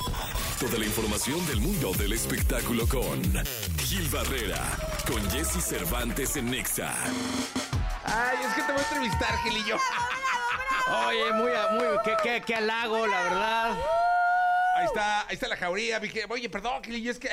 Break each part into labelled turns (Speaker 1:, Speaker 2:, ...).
Speaker 1: resto de la información del mundo del espectáculo con Gil Barrera, con Jesse Cervantes en Nexa.
Speaker 2: Ay, es que te voy a entrevistar, Gilillo.
Speaker 3: Oye, muy, a- muy, qué, qué, qué halago, la verdad.
Speaker 2: Ahí está, ahí está la jauría. Dije, oye, perdón, Gilillo, es que.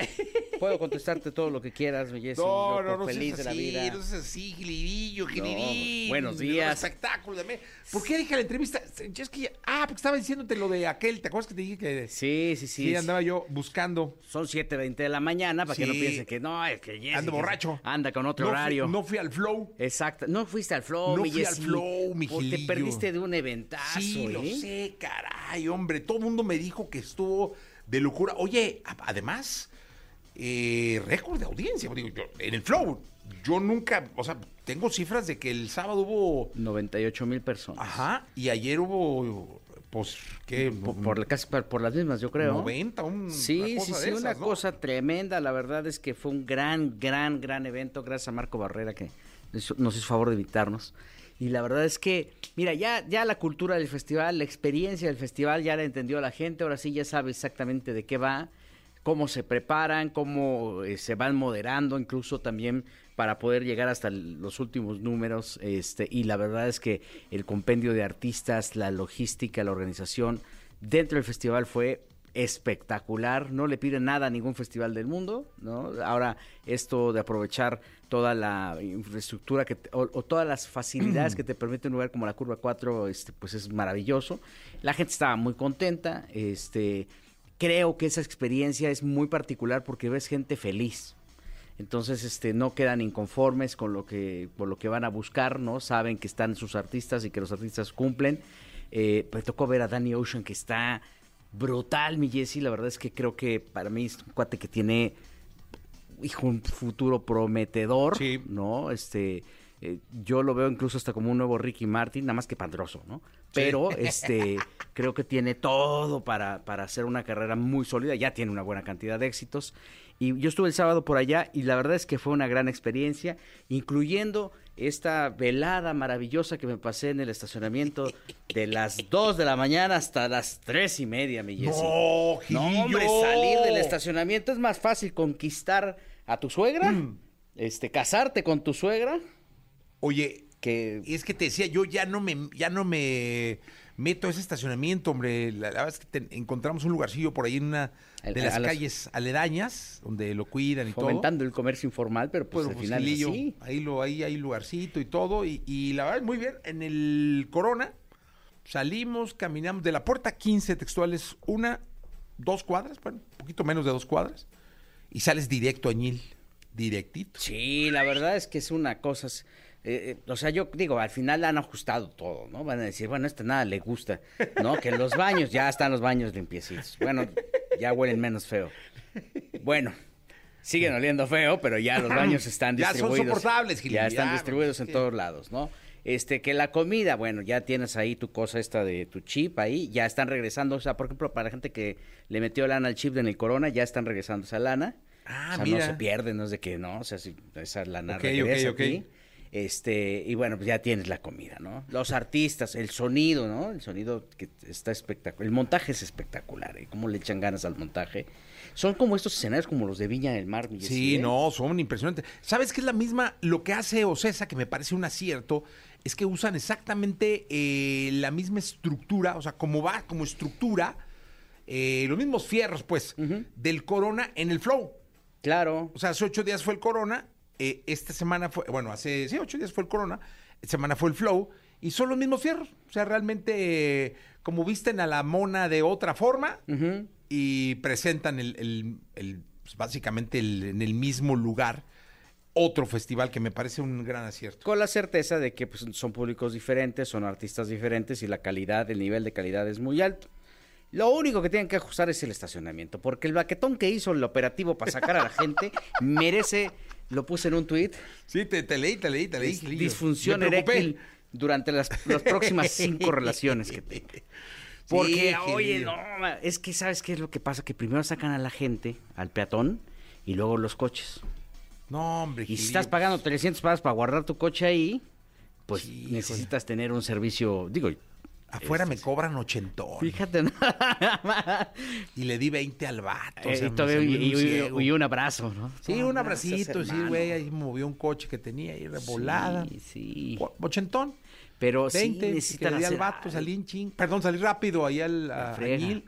Speaker 3: Puedo contestarte todo lo que quieras, mi Jessy.
Speaker 2: No,
Speaker 3: yo
Speaker 2: no, no,
Speaker 3: feliz
Speaker 2: seas
Speaker 3: de la
Speaker 2: así,
Speaker 3: vida.
Speaker 2: no seas así, Gilillo, Gilillo.
Speaker 3: buenos días.
Speaker 2: Espectáculo, dame. ¿Por qué dije la entrevista? Yo es que ya- Ah, porque estaba diciéndote lo de aquel. ¿Te acuerdas que te dije que sí,
Speaker 3: Sí, sí, sí.
Speaker 2: andaba yo buscando?
Speaker 3: Son 7.20 de la mañana, para que no
Speaker 2: Sí.
Speaker 3: piensen que no, es que Jessy.
Speaker 2: Ando
Speaker 3: que-
Speaker 2: borracho.
Speaker 3: Anda con otro
Speaker 2: No fui-
Speaker 3: horario.
Speaker 2: no fui al flow.
Speaker 3: Exacto. No fuiste al flow,
Speaker 2: No
Speaker 3: mi
Speaker 2: fui al
Speaker 3: Jessy.
Speaker 2: flow, mi
Speaker 3: O Te
Speaker 2: Gilillo.
Speaker 3: perdiste de un eventazo,
Speaker 2: Sí, lo
Speaker 3: ¿eh?
Speaker 2: sé, caray, hombre. Todo el mundo me dijo que estuvo de locura. Oye, a- además, eh, récord de audiencia. Digo, yo, en el Flow, yo nunca, o sea, tengo cifras de que el sábado hubo.
Speaker 3: 98 mil personas.
Speaker 2: Ajá, y ayer hubo, pues, ¿qué?
Speaker 3: Po- Mm, Por, la- casi por, por las mismas, yo creo.
Speaker 2: 90, un-
Speaker 3: Sí,
Speaker 2: una
Speaker 3: sí,
Speaker 2: cosa
Speaker 3: sí,
Speaker 2: de
Speaker 3: una
Speaker 2: esas, ¿no?
Speaker 3: cosa tremenda. La verdad es que fue un gran, gran, gran evento. Gracias a Marco Barrera que hizo- nos hizo favor de invitarnos. Y la verdad es que, mira, ya, ya la cultura del festival, la experiencia del festival, ya la entendió la gente. Ahora sí ya sabe exactamente de qué va, cómo se preparan, cómo eh, se van moderando, incluso también para poder llegar hasta el- los últimos números. Este, y la verdad es que el compendio de artistas, la logística, la organización dentro del festival fue espectacular, no le pide nada a ningún festival del mundo, ¿no? Ahora esto de aprovechar toda la infraestructura que te- o, o todas las facilidades que te permite un lugar como la curva 4, este pues es maravilloso. La gente estaba muy contenta, este creo que esa experiencia es muy particular porque ves gente feliz. Entonces, este, no quedan inconformes con lo que, por lo que van a buscar, ¿no? Saben que están sus artistas y que los artistas cumplen. Eh, me tocó ver a Danny Ocean que está brutal, mi Jesse. La verdad es que creo que para mí es un cuate que tiene hijo, un futuro prometedor,
Speaker 2: Sí.
Speaker 3: ¿no? Este, eh, yo lo veo incluso hasta como un nuevo Ricky Martin, nada más que pandroso, ¿no? Pero, este, creo que tiene todo para, para hacer una carrera muy sólida, ya tiene una buena cantidad de éxitos. Y yo estuve el sábado por allá y la verdad es que fue una gran experiencia, incluyendo esta velada maravillosa que me pasé en el estacionamiento de las 2 de la mañana hasta las 3 y media, mi Jessy.
Speaker 2: No, Gilillo.
Speaker 3: No, hombre, salir del estacionamiento es más fácil conquistar a tu suegra,
Speaker 2: Mm.
Speaker 3: este, casarte con tu suegra,
Speaker 2: Oye,
Speaker 3: que
Speaker 2: es que te decía, yo ya no me, ya no me meto a ese estacionamiento, hombre. La, la verdad es que te- encontramos un lugarcillo por ahí en una
Speaker 3: Al-
Speaker 2: de las
Speaker 3: a las-
Speaker 2: calles aledañas, donde lo cuidan y todo.
Speaker 3: fomentando el comercio informal, pero pues
Speaker 2: Bueno,
Speaker 3: al
Speaker 2: pues,
Speaker 3: final es
Speaker 2: Gilillo,
Speaker 3: así.
Speaker 2: ahí lo, ahí hay lugarcito y todo. Y, y la verdad, muy bien. En el Corona salimos, caminamos de la puerta 15 textuales, una, dos cuadras, bueno, un poquito menos de dos cuadras, y sales directo a Ñil, directito.
Speaker 3: Sí, la verdad es que es una cosa. es- eh, eh, o sea, yo digo, al final han ajustado todo, ¿no? Van a decir, bueno, este nada le gusta, ¿no? Que los baños, ya están los baños limpiecitos. Bueno, ya huelen menos feo. Bueno, siguen oliendo feo, pero ya los baños están
Speaker 2: Ya son
Speaker 3: distribuidos.
Speaker 2: soportables, Gil,
Speaker 3: Ya están
Speaker 2: ya,
Speaker 3: distribuidos
Speaker 2: es
Speaker 3: en
Speaker 2: que-
Speaker 3: todos lados, ¿no? Este, que la comida, bueno, ya tienes ahí tu cosa esta de tu chip ahí, ya están regresando, o sea, por ejemplo, para la gente que le metió lana al chip en el corona, ya están regresando esa lana.
Speaker 2: Ah,
Speaker 3: O sea,
Speaker 2: mira.
Speaker 3: no se pierde, no es de que no, o sea, si esa lana
Speaker 2: Ok,
Speaker 3: regresa
Speaker 2: ok, ok.
Speaker 3: aquí. Este, y bueno, pues ya tienes la comida, ¿no? Los artistas, el sonido, ¿no? El sonido que está espectacular. El montaje es espectacular, ¿eh? Cómo le echan ganas al montaje. Son como estos escenarios como los de Viña del Mar, mi
Speaker 2: Sí,
Speaker 3: Jessy, ¿eh?
Speaker 2: no, son impresionantes. ¿Sabes qué es la misma? Lo que hace Ocesa, que me parece un acierto, es que usan exactamente eh, la misma estructura, o sea, como va, como estructura, eh, los mismos fierros, pues, del Corona en el Flow.
Speaker 3: Claro.
Speaker 2: O sea, hace ocho días fue el Corona, eh, esta semana fue, bueno, hace, sí, ocho días fue el Corona, esta semana fue el Flow, y son los mismos fierros. O sea, realmente, eh, como visten a la mona de otra forma,
Speaker 3: Ujú.
Speaker 2: y presentan el, el- el- pues, básicamente el- en el mismo lugar otro festival que me parece un gran acierto.
Speaker 3: Con la certeza de que pues, son públicos diferentes, son artistas diferentes y la calidad, el nivel de calidad es muy alto. Lo único que tienen que ajustar es el estacionamiento, porque el baquetón que hizo el operativo para sacar a la gente merece, lo puse en un tuit,
Speaker 2: Sí, te, te leí, te leí, te leí.
Speaker 3: dis-
Speaker 2: Gilillo.
Speaker 3: disfunción
Speaker 2: Me preocupé.
Speaker 3: eréctil durante las, las próximas cinco relaciones que tenga. Porque,
Speaker 2: Sí,
Speaker 3: oye,
Speaker 2: Gilillo.
Speaker 3: no, ma- es que ¿sabes qué es lo que pasa? Que primero sacan a la gente, al peatón, y luego los coches.
Speaker 2: No, hombre,
Speaker 3: Y si
Speaker 2: Gilillo,
Speaker 3: estás pagando 300 pesos para guardar tu coche ahí, pues
Speaker 2: Sí,
Speaker 3: necesitas tener un servicio, digo,
Speaker 2: Afuera me cobran ochentón.
Speaker 3: Fíjate, nada más.
Speaker 2: Y le di 20 al vato. o
Speaker 3: Eh,
Speaker 2: sea,
Speaker 3: y,
Speaker 2: me
Speaker 3: todavía-
Speaker 2: sentí
Speaker 3: y-
Speaker 2: un
Speaker 3: y-
Speaker 2: ciego.
Speaker 3: y un abrazo, ¿no?
Speaker 2: Sí, un abracito,
Speaker 3: Gracias,
Speaker 2: sí,
Speaker 3: hermano.
Speaker 2: güey. Ahí movió un coche que tenía ahí
Speaker 3: Sí,
Speaker 2: revolada.
Speaker 3: Sí,
Speaker 2: Po- Ochentón. Pues
Speaker 3: Pero sí
Speaker 2: 20. que
Speaker 3: necesitan
Speaker 2: le di
Speaker 3: hacer
Speaker 2: al vato,
Speaker 3: algo.
Speaker 2: salí en ching. Perdón, salí rápido ahí al a-
Speaker 3: frega.
Speaker 2: añil.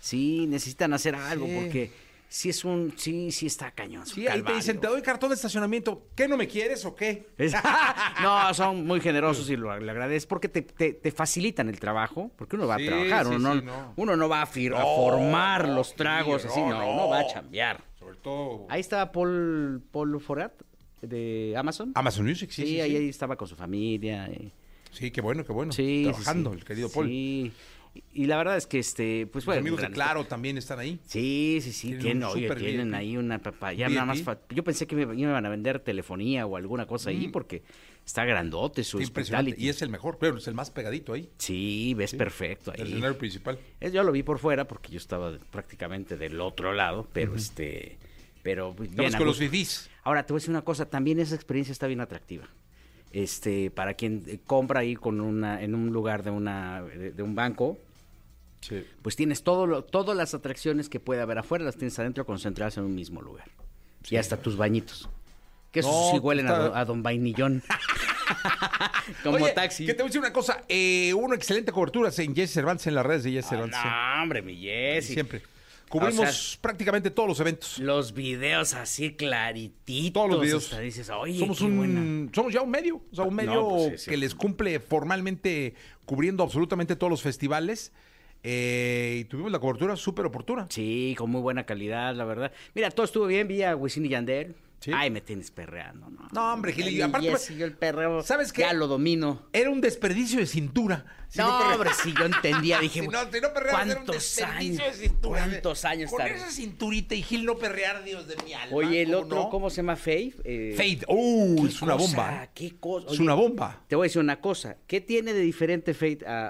Speaker 3: Sí, necesitan hacer algo
Speaker 2: Sí.
Speaker 3: porque sí es un sí sí está cañón. es un
Speaker 2: Sí, ahí te dicen, te
Speaker 3: calvario.
Speaker 2: doy cartón de estacionamiento. ¿Qué, no me quieres o qué?
Speaker 3: Es- no, son muy generosos y lo, le agradezco porque te, te- te facilitan el trabajo, porque uno va
Speaker 2: Sí,
Speaker 3: a trabajar,
Speaker 2: sí,
Speaker 3: uno,
Speaker 2: sí,
Speaker 3: no,
Speaker 2: no.
Speaker 3: uno no va a, fir- a
Speaker 2: No,
Speaker 3: formar
Speaker 2: no,
Speaker 3: los
Speaker 2: sí,
Speaker 3: tragos así,
Speaker 2: no,
Speaker 3: no,
Speaker 2: no.
Speaker 3: uno va a chambear.
Speaker 2: Sobre todo...
Speaker 3: Ahí estaba Paul, Paul Forat de Amazon.
Speaker 2: Amazon Music, sí,
Speaker 3: sí,
Speaker 2: sí, sí.
Speaker 3: ahí, ahí estaba con su familia. eh.
Speaker 2: Sí, qué bueno, qué bueno.
Speaker 3: Sí, sí,
Speaker 2: Trabajando,
Speaker 3: sí.
Speaker 2: el querido Paul.
Speaker 3: Sí. Y- Y la verdad es que este, pues
Speaker 2: Los
Speaker 3: bueno,
Speaker 2: amigos
Speaker 3: un
Speaker 2: de
Speaker 3: gran-
Speaker 2: Claro también están ahí.
Speaker 3: Sí, sí, sí,
Speaker 2: Tienen
Speaker 3: tienen,
Speaker 2: un
Speaker 3: oye,
Speaker 2: super
Speaker 3: tienen
Speaker 2: VIP.
Speaker 3: ahí una papá. Ya nada más.
Speaker 2: VIP.
Speaker 3: fa- Yo pensé que me, me iban a vender telefonía o alguna cosa ahí porque está grandote su
Speaker 2: Qué Mm. impresionante.
Speaker 3: hospitality.
Speaker 2: Y es el mejor, pero es el más pegadito ahí.
Speaker 3: Sí, ves perfecto
Speaker 2: El
Speaker 3: ahí.
Speaker 2: escenario principal.
Speaker 3: Es- Yo lo vi por fuera porque yo estaba de- prácticamente del otro lado, pero este. Pero bien
Speaker 2: Estamos
Speaker 3: a
Speaker 2: con los
Speaker 3: gusto.
Speaker 2: VDs.
Speaker 3: Ahora te voy a decir una cosa, también esa experiencia está bien atractiva. Este, para quien eh, compra ahí con una, en un lugar de una, de- de un banco,
Speaker 2: Sí.
Speaker 3: pues tienes todo lo- todas las atracciones que puede haber afuera, las tienes adentro concentradas en un mismo lugar.
Speaker 2: Sí.
Speaker 3: Y hasta tus bañitos. Que esos
Speaker 2: No,
Speaker 3: sí huelen a,
Speaker 2: está-
Speaker 3: don, a don Vainillón. Como
Speaker 2: Oye,
Speaker 3: taxi.
Speaker 2: Que te voy a decir una cosa. Eh, una excelente cobertura en Jesse Cervantes, en las redes de Jesse
Speaker 3: Ah,
Speaker 2: Cervantes. siempre.
Speaker 3: no, hombre, mi Jessy.
Speaker 2: Siempre. Ah, Cubrimos
Speaker 3: O
Speaker 2: prácticamente todos los eventos.
Speaker 3: Los videos así clarititos.
Speaker 2: Todos los videos.
Speaker 3: hasta dices, oye,
Speaker 2: somos,
Speaker 3: qué
Speaker 2: un,
Speaker 3: buena.
Speaker 2: somos ya un medio. O sea, un
Speaker 3: No,
Speaker 2: medio
Speaker 3: pues sí, sí.
Speaker 2: que les cumple formalmente cubriendo absolutamente todos los festivales. Eh, y tuvimos la cobertura súper oportuna.
Speaker 3: Sí, con muy buena calidad, la verdad. Mira, todo estuvo bien, vi a Wisin y Yandel.
Speaker 2: Sí.
Speaker 3: Ay, me tienes perreando, ¿no?
Speaker 2: No, hombre, Gil, y
Speaker 3: Mi
Speaker 2: aparte-
Speaker 3: Jessy, yo el perreo.
Speaker 2: ¿Sabes qué?
Speaker 3: Ya lo domino.
Speaker 2: Era un desperdicio de cintura. Si
Speaker 3: no,
Speaker 2: perre-
Speaker 3: hombre, sí, yo entendía, dije,
Speaker 2: Si no, si no perreabas, era un
Speaker 3: ¿cuántos años?
Speaker 2: desperdicio de cintura.
Speaker 3: ¿Cuántos años
Speaker 2: Con
Speaker 3: tarde?
Speaker 2: esa cinturita y Gil no perrear, Dios de mi alma.
Speaker 3: Oye, el
Speaker 2: ¿cómo
Speaker 3: otro,
Speaker 2: no?
Speaker 3: ¿cómo se llama? Faith. Eh,
Speaker 2: Fade. ¡Uh!
Speaker 3: ¿qué
Speaker 2: Es una
Speaker 3: cosa?
Speaker 2: bomba. ¿eh?
Speaker 3: ¿Qué cosa?
Speaker 2: Es
Speaker 3: Oye,
Speaker 2: una bomba.
Speaker 3: Te voy a decir una cosa. ¿Qué tiene de diferente Faith a,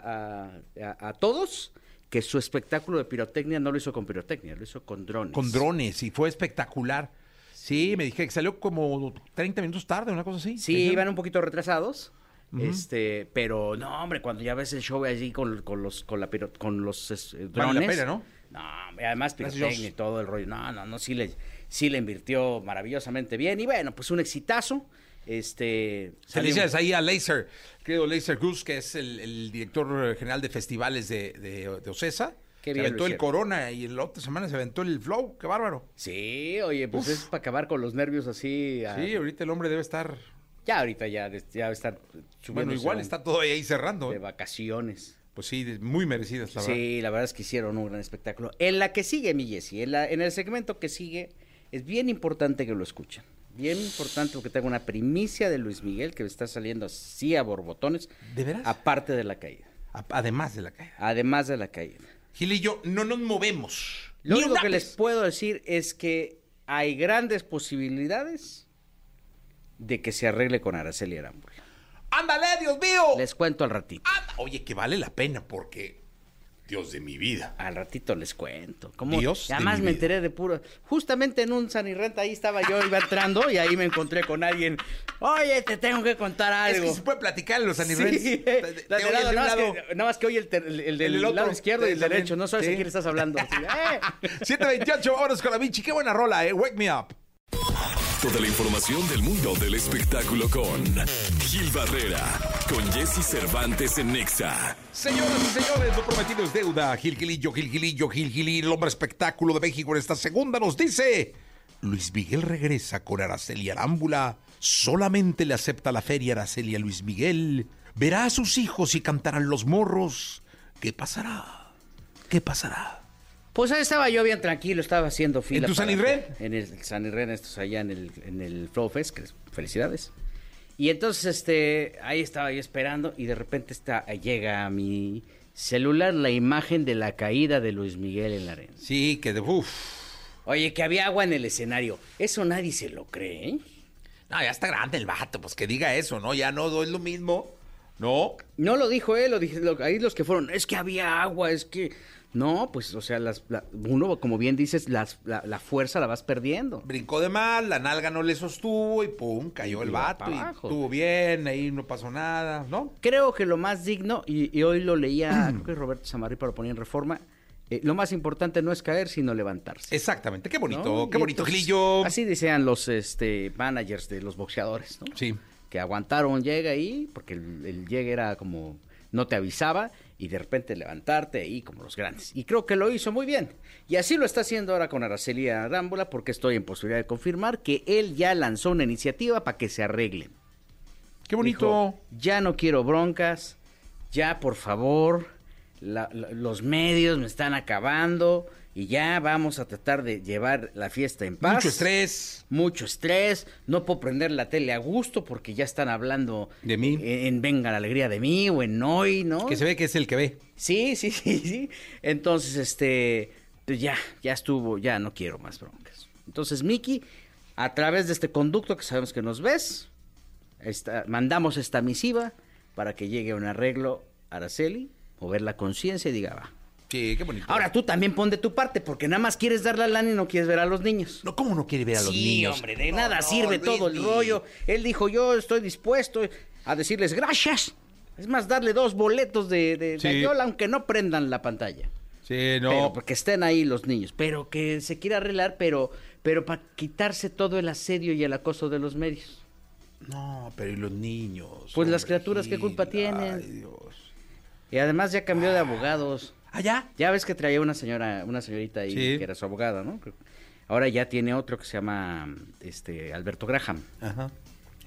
Speaker 3: a- a- a todos? Que su espectáculo de pirotecnia no lo hizo con pirotecnia, lo hizo con drones.
Speaker 2: Con drones y fue espectacular. Sí, me dije que salió como 30 minutos tarde, una cosa así.
Speaker 3: Sí,
Speaker 2: Me dijeron.
Speaker 3: iban un poquito retrasados. Este, pero no, hombre, cuando ya ves el show allí con, con los con la piro- con los es, eh,
Speaker 2: Vale la
Speaker 3: drones.
Speaker 2: pena, ¿no?
Speaker 3: No, hombre, además
Speaker 2: Gracias,
Speaker 3: pirotecnia
Speaker 2: Dios.
Speaker 3: y todo el rollo. No, no, no, sí le sí le invirtió maravillosamente bien y bueno, pues un exitazo. Este,
Speaker 2: Felicidades
Speaker 3: salimos-
Speaker 2: ahí a Laser, querido Laser Goose, que es el, el director general de festivales de, de, de Ocesa.
Speaker 3: Qué
Speaker 2: se
Speaker 3: bien lo
Speaker 2: aventó el
Speaker 3: hicieron.
Speaker 2: Corona y la otra semana se aventó el Flow. ¡Qué bárbaro!
Speaker 3: Sí, oye, pues es para acabar con los nervios así. a-
Speaker 2: Sí, ahorita el hombre debe estar.
Speaker 3: Ya ahorita ya, des- ya va a estar subiendo.
Speaker 2: Bueno, igual está todavía ahí cerrando.
Speaker 3: de
Speaker 2: ¿eh?
Speaker 3: vacaciones.
Speaker 2: Pues sí, de- muy merecidas, la verdad.
Speaker 3: Sí, la verdad es que hicieron un gran espectáculo. En la que sigue, mi Jessy, en, la- en el segmento que sigue, es bien importante que lo escuchen. Bien importante porque tengo una primicia de Luis Miguel que está saliendo así a borbotones.
Speaker 2: ¿De veras?
Speaker 3: Aparte de la caída.
Speaker 2: A- Además de la caída.
Speaker 3: Además de la caída.
Speaker 2: Gil y yo no nos movemos.
Speaker 3: Lo
Speaker 2: Ni
Speaker 3: único
Speaker 2: una
Speaker 3: que les
Speaker 2: vez.
Speaker 3: puedo decir es que hay grandes posibilidades de que se arregle con Araceli Arámbula.
Speaker 2: ¡Ándale, Dios mío!
Speaker 3: Les cuento al ratito.
Speaker 2: Anda- Oye, que vale la pena porque. Dios de mi vida.
Speaker 3: Al ratito les cuento. ¿Cómo?
Speaker 2: Dios de
Speaker 3: Además
Speaker 2: mi
Speaker 3: me
Speaker 2: vida.
Speaker 3: enteré de puro. Justamente en un Sanirrenta ahí estaba yo, iba entrando y ahí me encontré con alguien. Oye, te tengo que contar
Speaker 2: Es
Speaker 3: algo.
Speaker 2: que se puede platicar en los
Speaker 3: Sí,
Speaker 2: aniversarios. Te- te-
Speaker 3: la
Speaker 2: te oye
Speaker 3: del
Speaker 2: el
Speaker 3: lado,
Speaker 2: de
Speaker 3: nada, más
Speaker 2: un lado.
Speaker 3: que, nada más que oye el, ter- el- el del
Speaker 2: El del otro,
Speaker 3: lado izquierdo y el
Speaker 2: sí, también.
Speaker 3: derecho. No sabes
Speaker 2: Sí.
Speaker 3: a quién estás hablando. Así, ¡eh!
Speaker 2: 728 horas con la Vinci. Qué buena rola, eh. Wake me up.
Speaker 1: Toda la información del mundo del espectáculo con Gil Barrera, con Jesse Cervantes en Nexa.
Speaker 2: Señoras y señores, lo prometido es deuda. Gil Gilillo, Gil Gilillo, Gil Gilillo, el hombre espectáculo de México en esta segunda nos dice. Luis Miguel regresa con Araceli Arámbula. Solamente le acepta la feria Araceli a Luis Miguel. Verá a sus hijos y cantarán los morros. ¿Qué pasará? ¿Qué pasará?
Speaker 3: Pues ahí estaba yo bien tranquilo, estaba haciendo fila.
Speaker 2: tu
Speaker 3: para-
Speaker 2: Sanirren?
Speaker 3: En el Sanirren, estos allá en el, en el Flow Fest, que es- felicidades. Y entonces, este, ahí estaba yo esperando y de repente está, llega a mi celular la imagen de la caída de Luis Miguel en la arena.
Speaker 2: Sí, que de. Uf.
Speaker 3: Oye, que había agua en el escenario. Eso nadie se lo cree, ¿eh?
Speaker 2: No, ya está grande el vato, pues que diga eso, ¿no? Ya no es lo mismo. No.
Speaker 3: No lo dijo él, lo dije, lo- ahí los que fueron, es que había agua, es que No, pues, o sea, las, la- uno, como bien dices, las- la, la fuerza la vas perdiendo.
Speaker 2: Brincó de mal, la nalga no le sostuvo y pum, cayó el
Speaker 3: Y va
Speaker 2: vato.
Speaker 3: para
Speaker 2: Y
Speaker 3: abajo.
Speaker 2: estuvo bien, ahí no pasó nada, ¿no?
Speaker 3: Creo que lo más digno, y, y hoy lo leía, creo que Roberto Samarripa lo ponía en reforma, eh, lo más importante no es caer, sino levantarse.
Speaker 2: Exactamente, qué bonito,
Speaker 3: ¿no?
Speaker 2: qué
Speaker 3: Y
Speaker 2: bonito,
Speaker 3: entonces,
Speaker 2: Gilillo.
Speaker 3: Así decían los este, managers de los boxeadores, ¿no?
Speaker 2: Sí.
Speaker 3: Que aguantaron llega ahí, porque el, el llegue era como no te avisaba y de repente levantarte ahí como los grandes. Y creo que lo hizo muy bien. Y así lo está haciendo ahora con Araceli Arámbula, porque estoy en posibilidad de confirmar que él ya lanzó una iniciativa para que se arreglen.
Speaker 2: Qué bonito.
Speaker 3: Dijo, ya no quiero broncas, ya por favor, la- la- los medios me están acabando y ya vamos a tratar de llevar la fiesta en paz.
Speaker 2: Mucho estrés.
Speaker 3: Mucho estrés, no puedo prender la tele a gusto porque ya están hablando
Speaker 2: De mí.
Speaker 3: En, en Venga la Alegría de mí o en Hoy, ¿no?
Speaker 2: Que se ve que es el que ve.
Speaker 3: Sí, sí, sí, sí. Entonces, este, pues ya, ya estuvo, ya no quiero más broncas. Entonces, Miki, a través de este conducto que sabemos que nos ves, esta- mandamos esta misiva para que llegue a un arreglo a Araceli, mover la conciencia y diga, va.
Speaker 2: Sí, qué bonito.
Speaker 3: Ahora tú también pon de tu parte, porque nada más quieres dar la lana y no quieres ver a los niños.
Speaker 2: No, ¿cómo no quiere ver a los
Speaker 3: sí,
Speaker 2: niños?
Speaker 3: hombre, de
Speaker 2: No,
Speaker 3: nada
Speaker 2: no,
Speaker 3: sirve todo el
Speaker 2: Luigi.
Speaker 3: rollo. Él dijo, yo estoy dispuesto a decirles gracias. Es más, darle dos boletos de, de
Speaker 2: Sí.
Speaker 3: Galliola, aunque no prendan la pantalla.
Speaker 2: Sí, no.
Speaker 3: Pero porque estén ahí los niños. Pero que se quiera arreglar, pero, pero para quitarse todo el asedio y el acoso de los medios.
Speaker 2: No, pero ¿y los niños?
Speaker 3: Pues las
Speaker 2: Hombre,
Speaker 3: criaturas, ¿qué culpa
Speaker 2: Gil,
Speaker 3: tienen?
Speaker 2: Ay, Dios. ¿Ah,
Speaker 3: Y además ya cambió de abogados.
Speaker 2: ¿Allá?
Speaker 3: Ya ves que traía una señora, una señorita ahí
Speaker 2: Sí.
Speaker 3: que era su abogada, ¿no? Ahora ya tiene otro que se llama este Alberto Graham.
Speaker 2: Ajá.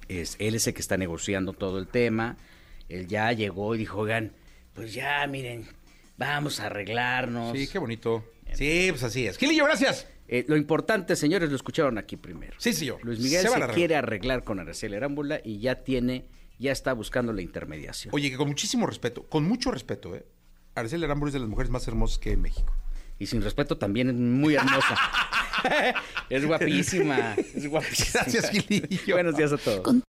Speaker 3: es, él es el que está negociando todo el tema. Él ya llegó y dijo, oigan, pues ya, miren, vamos a arreglarnos.
Speaker 2: Sí, qué bonito. Sí, pues así es. Gilillo, gracias.
Speaker 3: Eh, lo importante, señores, lo escucharon aquí primero.
Speaker 2: Sí, señor.
Speaker 3: Luis Miguel
Speaker 2: Se
Speaker 3: se,
Speaker 2: van a arreglar.
Speaker 3: quiere arreglar con Araceli Arámbula y ya tiene, ya está buscando la intermediación.
Speaker 2: Oye, que con muchísimo respeto, con mucho respeto, ¿eh? Araceli Arámbula es de las mujeres más hermosas que hay en México.
Speaker 3: Y sin respeto también es muy hermosa. es guapísima, es guapísima.
Speaker 2: Gracias, Gilillo.
Speaker 3: Buenos días a todos.